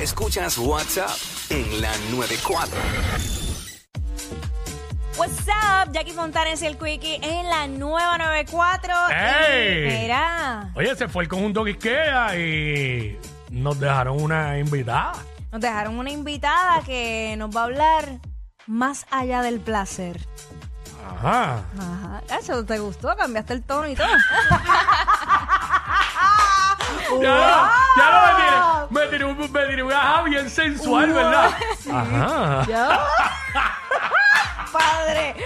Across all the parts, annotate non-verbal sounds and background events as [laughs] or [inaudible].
Escuchas WhatsApp en la 94. What's up, Jackie Fontanes y el Quickie en la nueva 94. ¡Ey! Y Mira, Oye, se fue el conjunto que Ikea y nos dejaron una invitada. nos dejaron una invitada que nos va a hablar más allá del placer. Ajá. Ajá, eso te gustó, cambiaste el tono y todo. Ya, ya lo me tiré. Me tiré, un- me tiré una jaja bien sensual, ¿verdad? Ajá. Ya. Padre,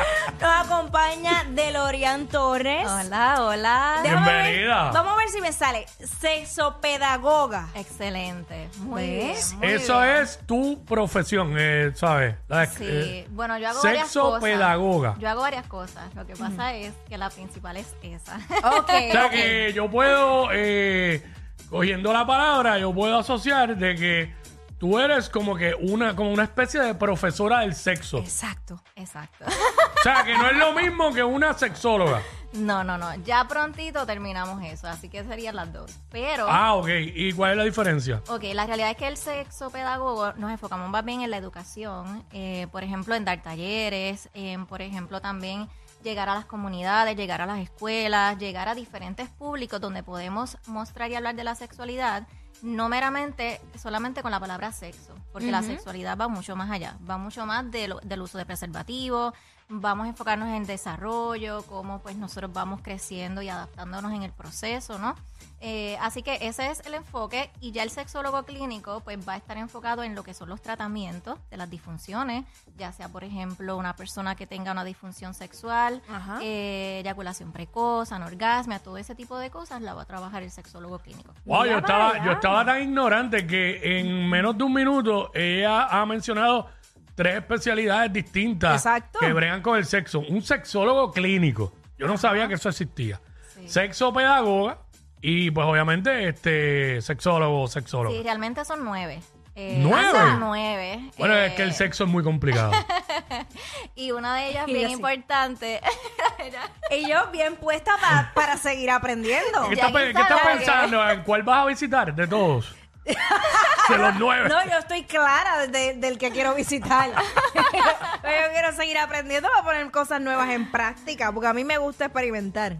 nos acompaña Delorian Torres. Hola, hola. Déjame ver- Bienvenida. vamos a ver si me sale sexopedagoga. Excelente. Muy ¿Ves? bien. muy Eso bien. es tu profesión, eh, ¿sabes? La- Sí. eh, bueno, yo hago varias sexo cosas. pedagoga. Yo hago varias cosas. Lo que pasa es que la principal es esa. Ok. O sea ok. que yo puedo, eh, cogiendo la palabra, yo puedo asociar de que tú eres como que una, como una especie de profesora del sexo. Exacto. Exacto. O sea que no es lo mismo que una sexóloga. [laughs] No, no, no. Ya prontito terminamos eso. Así que serían las dos. Pero. Ah, ok. ¿Y cuál es la diferencia? Ok, la realidad es que el sexo pedagogo nos enfocamos más bien en la educación, eh, por ejemplo, en dar talleres, en, por ejemplo, también llegar a las comunidades, llegar a las escuelas, llegar a diferentes públicos donde podemos mostrar y hablar de la sexualidad, no meramente solamente con la palabra sexo, porque la sexualidad va mucho más allá, va mucho más de lo- del uso de preservativos, vamos a enfocarnos en desarrollo, cómo pues nosotros vamos creciendo y adaptándonos en el proceso, ¿no? Eh, así que ese es el enfoque y ya el sexólogo clínico pues va a estar enfocado en lo que son los tratamientos de las disfunciones, ya sea por ejemplo una persona que tenga una disfunción sexual, Ajá. eh, eyaculación precoz, anorgasmia, todo ese tipo de cosas la va a trabajar el sexólogo clínico. Wow, Mira yo para estaba, allá. yo estaba tan ignorante que en menos de un minuto ella ha mencionado tres especialidades distintas Exacto. que bregan con el sexo. Un sexólogo clínico. Yo no sabía que eso existía. Sexo pedagoga y pues obviamente este sexólogo, sexólogo. Sí, realmente son nueve. Eh, ¿Nueve? Son nueve. bueno, eh, es que el sexo es [laughs] muy complicado. Y una de ellas Y bien así. importante. Y yo bien puesta pa- para seguir aprendiendo. ¿Qué Ya estás, pe- que qué estás sabe. pensando? ¿En cuál vas a visitar? [laughs] De todos. De los nueve. No, yo estoy clara de- del que quiero visitar. [laughs] Pero yo quiero seguir aprendiendo para poner cosas nuevas en práctica, porque a mí me gusta experimentar.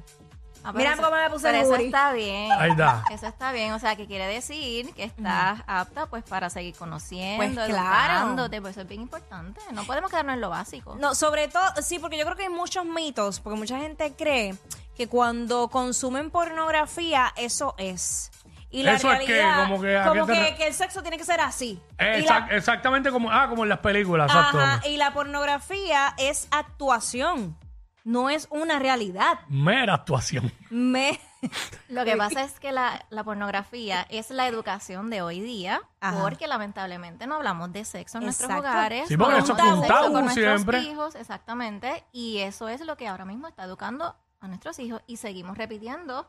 Ah, pero Mira eso- cómo me puse pero el eso hoodie. está bien. Ahí está. Eso está bien, o sea, que quiere decir que estás apta pues para seguir conociendo, Pues claro. educándote, pues eso es bien importante. No podemos quedarnos en lo básico. No, sobre todo, sí, porque yo creo que hay muchos mitos, porque mucha gente cree que cuando consumen pornografía, eso es. Y la Eso es que, realidad, como que, ¿a como qué te que- re- que el sexo tiene que ser así. Y la- Exact- exactamente como, ah, como en las películas. exacto. ajá, y la pornografía es actuación, no es una realidad. Mera actuación. Me... [laughs] Lo que pasa es que la, la pornografía es la educación de hoy día, Ajá. porque lamentablemente no hablamos de sexo en Exacto. nuestros hogares. Sí, porque no eso es hablamos un de sexo tabú con nuestros siempre. hijos, exactamente. Y eso es lo que ahora mismo está educando a nuestros hijos y seguimos repitiendo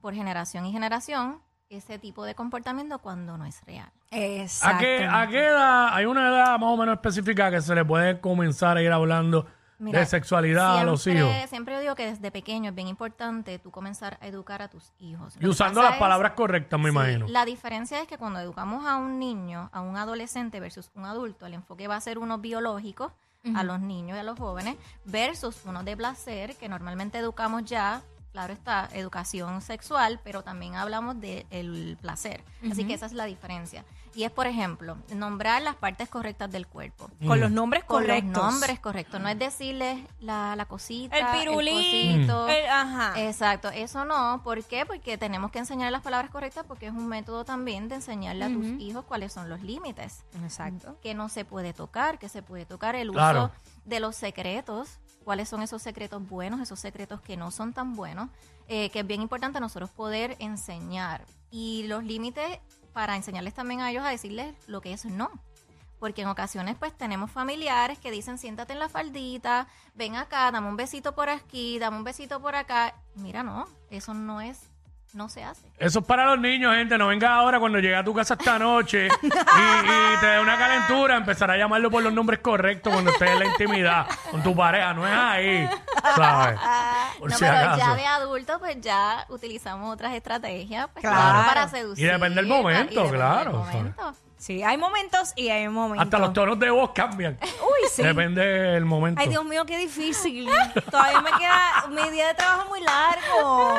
por generación y generación ese tipo de comportamiento cuando no es real. Exacto. ¿A qué, ¿A qué edad? Hay una edad más o menos específica que se le puede comenzar a ir hablando Mira, de sexualidad a los siempre- hijos. Siempre yo digo que desde pequeño es bien importante tú comenzar a educar a tus hijos. Lo Y que usando pasa las es- palabras correctas, me Sí, imagino. La diferencia es que cuando educamos a un niño, a un adolescente versus un adulto, el enfoque va a ser uno biológico a los niños y a los jóvenes versus uno de placer que normalmente educamos ya. Claro está, educación sexual, pero también hablamos del placer. Así que esa es la diferencia. Y es, por ejemplo, nombrar las partes correctas del cuerpo. Con Mm. los nombres Con correctos. los nombres correctos. No es decirles la, la cosita. El pirulí, cosito. el- Eh, Ah. ajá. Exacto, eso no. ¿Por qué? Porque tenemos que enseñar las palabras correctas porque es un método también de enseñarle a tus hijos cuáles son los límites. Exacto. Que no se puede tocar, que se puede tocar el Claro. uso de los secretos. ¿Cuáles son esos secretos buenos, esos secretos que no son tan buenos? eh, que es bien importante nosotros poder enseñar. Y los límites para enseñarles también a ellos a decirles lo que es no. Porque en ocasiones pues tenemos familiares que dicen siéntate en la faldita, ven acá, dame un besito por aquí, dame un besito por acá. Mira, no, eso no es, no se hace. Eso es para los niños, gente. No vengas ahora cuando llegue a tu casa esta noche [laughs] y, y te dé una calentura, empezar a llamarlo por los nombres correctos cuando estés en la intimidad con tu pareja. No es ahí, ¿sabes? Por Ah, no, si pero acaso. ya de adulto pues ya utilizamos otras estrategias pues, Claro. claro, para seducir. Y depende del pa- y momento, depende del claro, momento. Sí, hay momentos y hay momentos. Hasta los tonos de voz cambian. Uy, [laughs] sí. Depende del momento. Ay, Dios mío, qué difícil. Todavía me queda mi día de trabajo muy largo.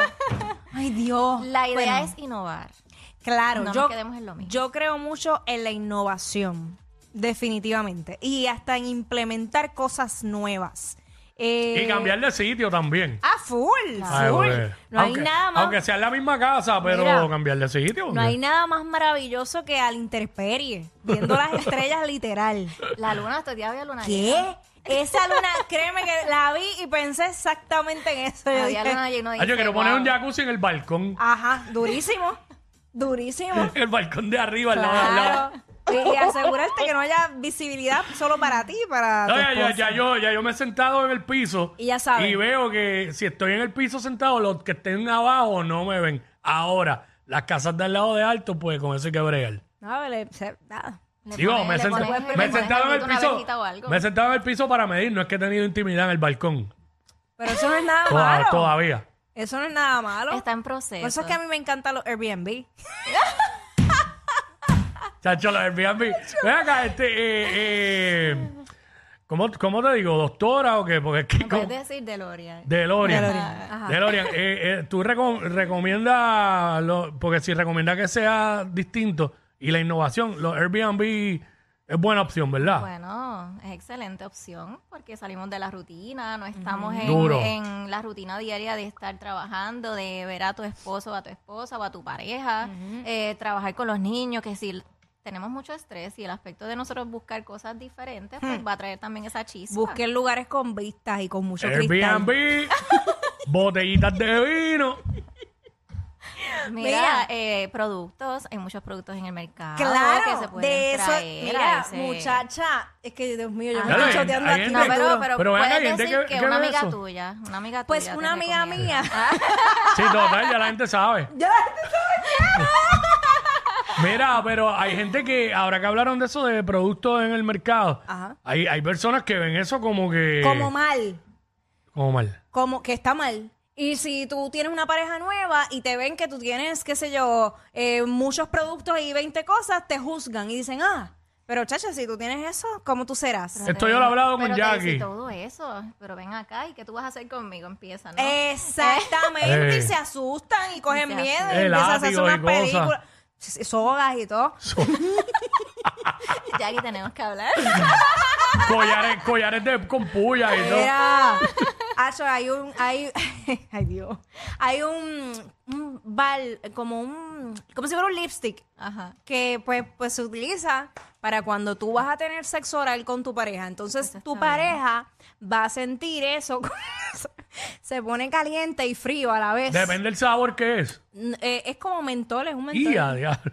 Ay, Dios. La idea Bueno, es innovar. Claro, no yo, nos quedemos en lo mismo. yo creo mucho en la innovación, definitivamente. Y hasta en implementar cosas nuevas. Eh, Y cambiar de sitio también. Ah, full, Ay, full. porque- No hay aunque- nada más. Aunque sea en la misma casa, pero Mira, cambiar de sitio. porque- No hay nada más maravilloso que al interperie, viendo [laughs] las estrellas literal. La luna, este día había luna ¿Qué? Esa luna, créeme que la vi y pensé exactamente en eso. Ah, Yo llena. Había dije, luna llena. Ay, Ah, yo dice, quiero poner "Wow". un jacuzzi en el balcón. Ajá, durísimo, durísimo. [laughs] El balcón de arriba, al lado de al lado. Claro. Y, y asegurarte que no haya visibilidad solo para ti, para tu No, ya, ya, esposa. ya yo, ya yo me he sentado en el piso. Y ya sabes. Y veo que si estoy en el piso sentado, los que estén abajo no me ven. Ahora, las casas del lado de alto, pues con eso hay que bregar. No, vele, se- nada. Le Digo, pones- me, he le senta- pones- me he le pones sentado en el una abejita o piso. algo. Me he sentado en el piso para medir. No es que he tenido intimidad en el balcón. Pero eso no es nada Toda- malo. todavía. Eso no es nada malo. Está en proceso. Por eso es que a mí me encantan los Airbnb. Chacho, los Airbnb. Ven acá, este. Eh, eh, ¿cómo, ¿Cómo te digo? ¿Doctora o qué? Porque es que. No puedes ¿cómo? decir DeLorean. DeLorean. DeLorean, DeLorean. eh, eh, ¿Tú recom- recomiendas, lo- porque si recomiendas que sea distinto y la innovación, los Airbnb es buena opción, Ah. ¿verdad? Bueno, es excelente opción porque salimos de la rutina, no estamos en, Duro. en la rutina diaria de estar trabajando, de ver a tu esposo o a tu esposa o a tu pareja, eh, trabajar con los niños, que si tenemos mucho estrés y el aspecto de nosotros buscar cosas diferentes, Hmm. pues va a traer también esa chispa. Busquen lugares con vistas y con mucho cristal. Airbnb, botellitas de vino. Mira, eh, productos, hay muchos productos en el mercado que se Claro, pueden de eso, traer mira, a ese- muchacha, es que Dios mío, yo me Ajá. estoy Dale, choteando ahí aquí. entra. No, pero, duro. pero, Pero ven puedes acá, gente, decir ¿qué- que, qué una ve amiga eso? tuya, una amiga Pues tuya te una amiga recomienda. mía. Ah, Sí, total, ya la gente sabe. Ya la gente sabe. Mira, pero hay gente que, ahora que hablaron de eso de productos en el mercado, Ajá. hay, hay personas que ven eso como que... [laughs] Como mal, como mal. como que está mal. Y si tú tienes una pareja nueva y te ven que tú tienes, qué sé yo, eh, muchos productos y 20 cosas, te juzgan y dicen, ah, pero chacha, si tú tienes eso, ¿cómo tú serás? Esto yo lo he hablado con pero te Jackie. hice todo eso, pero ven acá y qué tú vas a hacer conmigo, empieza, Eh, ¿no? [laughs] Exactamente, Eh. y se asustan y cogen Y se miedo y asustan. El empiezan a hacer látigo y unas cosas. películas, sogas y todo. So- [laughs] Eh, Jackie, tenemos que [laughs] hablar. collares, collares de, con puya y todo. Era. Acho, hay un. Hay, [laughs] ay, Dios. Hay un. Un bar, como un. Como si fuera un lipstick. Ajá. Que pues, pues se utiliza para cuando tú vas a tener sexo oral con tu pareja. Entonces Eso tu está bien. pareja va a sentir eso. [laughs] se pone caliente y frío a la vez. Depende del sabor que es. N- eh, es como mentol, es un mentol. Y a diablo.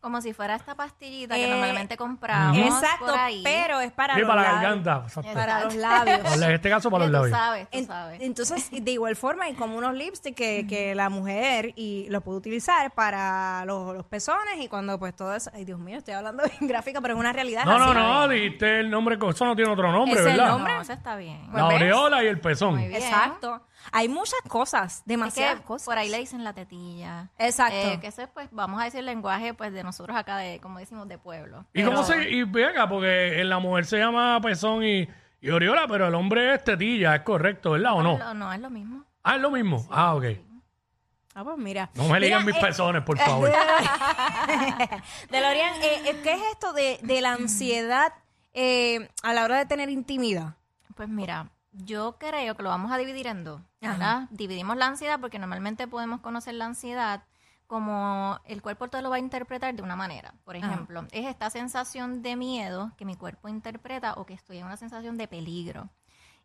Como si fuera esta pastillita que Eh, normalmente compramos Exacto, por ahí. pero es para Sí, los para la labios. garganta. exacto. Para los labios. Para la- En este caso, para Ya los Tú labios. sabes, tú En- sabes. Entonces, de igual forma, hay como unos lipsticks que, que la mujer y los puede utilizar para los, los pezones y cuando pues todo eso... Ay, Dios mío, estoy hablando [laughs] en gráfica, pero es una realidad. No, así. no, no, dijiste el nombre, co- eso no tiene otro nombre, Es el ¿verdad? nombre. No, eso está bien. Pues, La ¿ves? aureola y el pezón. Muy bien. Exacto. Hay muchas cosas, Es que demasiadas cosas. por ahí le dicen la tetilla. Exacto. Eh, que eso es, pues, vamos a decir lenguaje, pues, de nosotros acá, de, como decimos, de pueblo. ¿Y cómo se.? Y venga, porque en la mujer se llama pezón y, y aureola, pero el hombre es tetilla, es correcto, ¿verdad o no? No, no es lo mismo. Ah, es lo mismo. Ah, ok. Ah, pues mira. No me Mira, ligan mis eh, pezones, por favor. DeLorean, eh, eh, ¿qué es esto de, de la ansiedad eh, a la hora de tener intimidad? Pues mira, yo creo que lo vamos a dividir en dos. ¿verdad? Dividimos la ansiedad porque normalmente podemos conocer la ansiedad como el cuerpo te lo va a interpretar de una manera. Por Ah. ejemplo, es esta sensación de miedo que mi cuerpo interpreta o que estoy en una sensación de peligro.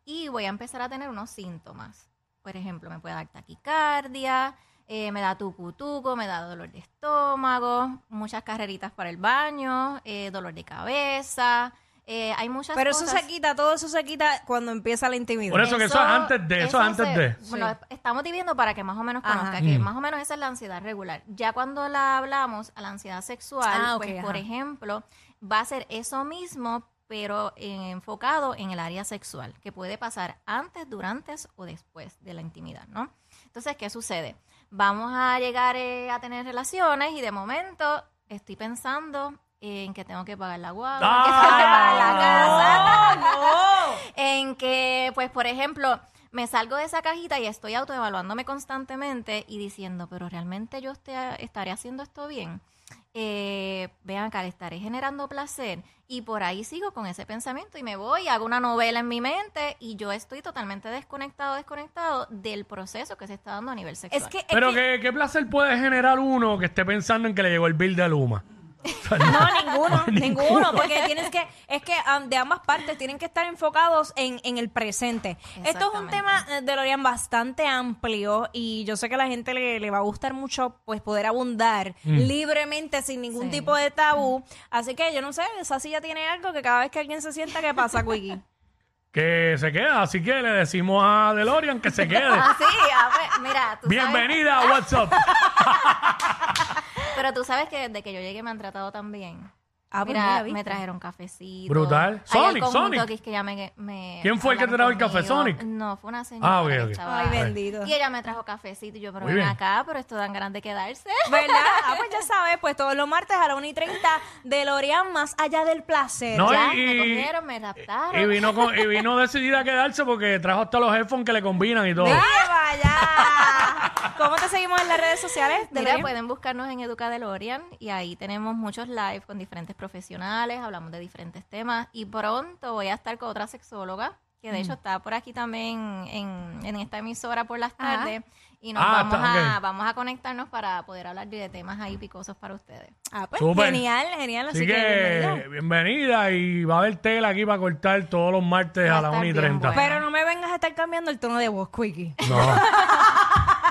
Y voy a empezar a tener unos síntomas. Por ejemplo, me puede dar taquicardia, eh, me da tucutuco, me da dolor de estómago, muchas carreritas para el baño, eh, dolor de cabeza. eh, hay muchas Pero cosas. eso se quita, todo eso se quita cuando empieza la intimidad. Por eso que eso es antes de, eso es antes se- de. Bueno, Sí. estamos dividiendo para que más o menos Ajá. conozca, que Mm. más o menos esa es la ansiedad regular. Ya cuando la hablamos a la ansiedad sexual, Ah, ok, pues ajá. por ejemplo, va a ser eso mismo, pero eh, enfocado en el área sexual, que puede pasar antes, durante o después de la intimidad, ¿no? Entonces, ¿qué sucede? Vamos a llegar eh, a tener relaciones y de momento estoy pensando en que tengo que pagar la guagua, que tengo que pagar la casa, ¡Ah! en que, pues, por ejemplo, me salgo de esa cajita y estoy autoevaluándome constantemente y diciendo, pero realmente yo este- estaré haciendo esto bien. Eh, vean acá, le estaré generando placer y por ahí sigo con ese pensamiento y me voy, hago una novela en mi mente y yo estoy totalmente desconectado, desconectado del proceso que se está dando a nivel sexual. Es que, es Pero que- ¿qué, qué placer puede generar uno que esté pensando en que le llegó el bill de Luma. [laughs] No, ninguno, ninguno, porque tienes que, es que am, de ambas partes tienen que estar enfocados en, en el presente. Esto es un Exactamente. tema, eh, DeLorean, bastante amplio y yo sé que a la gente le, le va a gustar mucho pues poder abundar libremente sin ningún Sí. tipo de tabú. Así que yo no sé, esa silla tiene algo que cada vez que alguien se sienta, ¿qué pasa, Quiggy? Que se queda, así que le decimos a DeLorean que se quede. Ah, sí, a ver, mira, tú sabes- Bienvenida a WhatsApp. pero tú sabes que desde que yo llegué me han tratado tan bien. Ah, pues Mira, ¿viste? me trajeron cafecito. Brutal. Ahí el Sonic, conjunto Sonic. que es que ya me- me ¿Quién fue el que te trajo hablaron el café, conmigo. Sonic? No, fue una Ah, señora ok, que ok. estaba- Ay, bendito. Y ella me trajo cafecito y yo, pero Muy ven bien. acá, pero esto dan ganas de quedarse. ¿Verdad? Ah, pues ya sabes, pues todos los martes a la 1 y 30, DeLorean más allá del placer. No, ya, y- me y- cogieron, me raptaron. Y vino, con- y vino decidida a quedarse porque trajo hasta los headphones que le combinan y todo. ¡Mira, vaya! ¿Cómo te seguimos en las redes sociales? Mira, DeLorean? pueden buscarnos en Educa DeLorean y ahí tenemos muchos live con diferentes profesionales, hablamos de diferentes temas y pronto voy a estar con otra sexóloga que Mm. de hecho está por aquí también en, en esta emisora por las Ajá. tardes y nos Ah, vamos, está, a, ok. vamos a conectarnos para poder hablar de temas ahí picosos para ustedes. Ah, pues Súper. genial, genial. Así Así que, que eh, bienvenido. bienvenida y va a haber tela aquí para cortar todos los martes Va a a las estar 1 y bien 30. bueno. Pero no me vengas a estar cambiando el tono de voz, Quickie. No,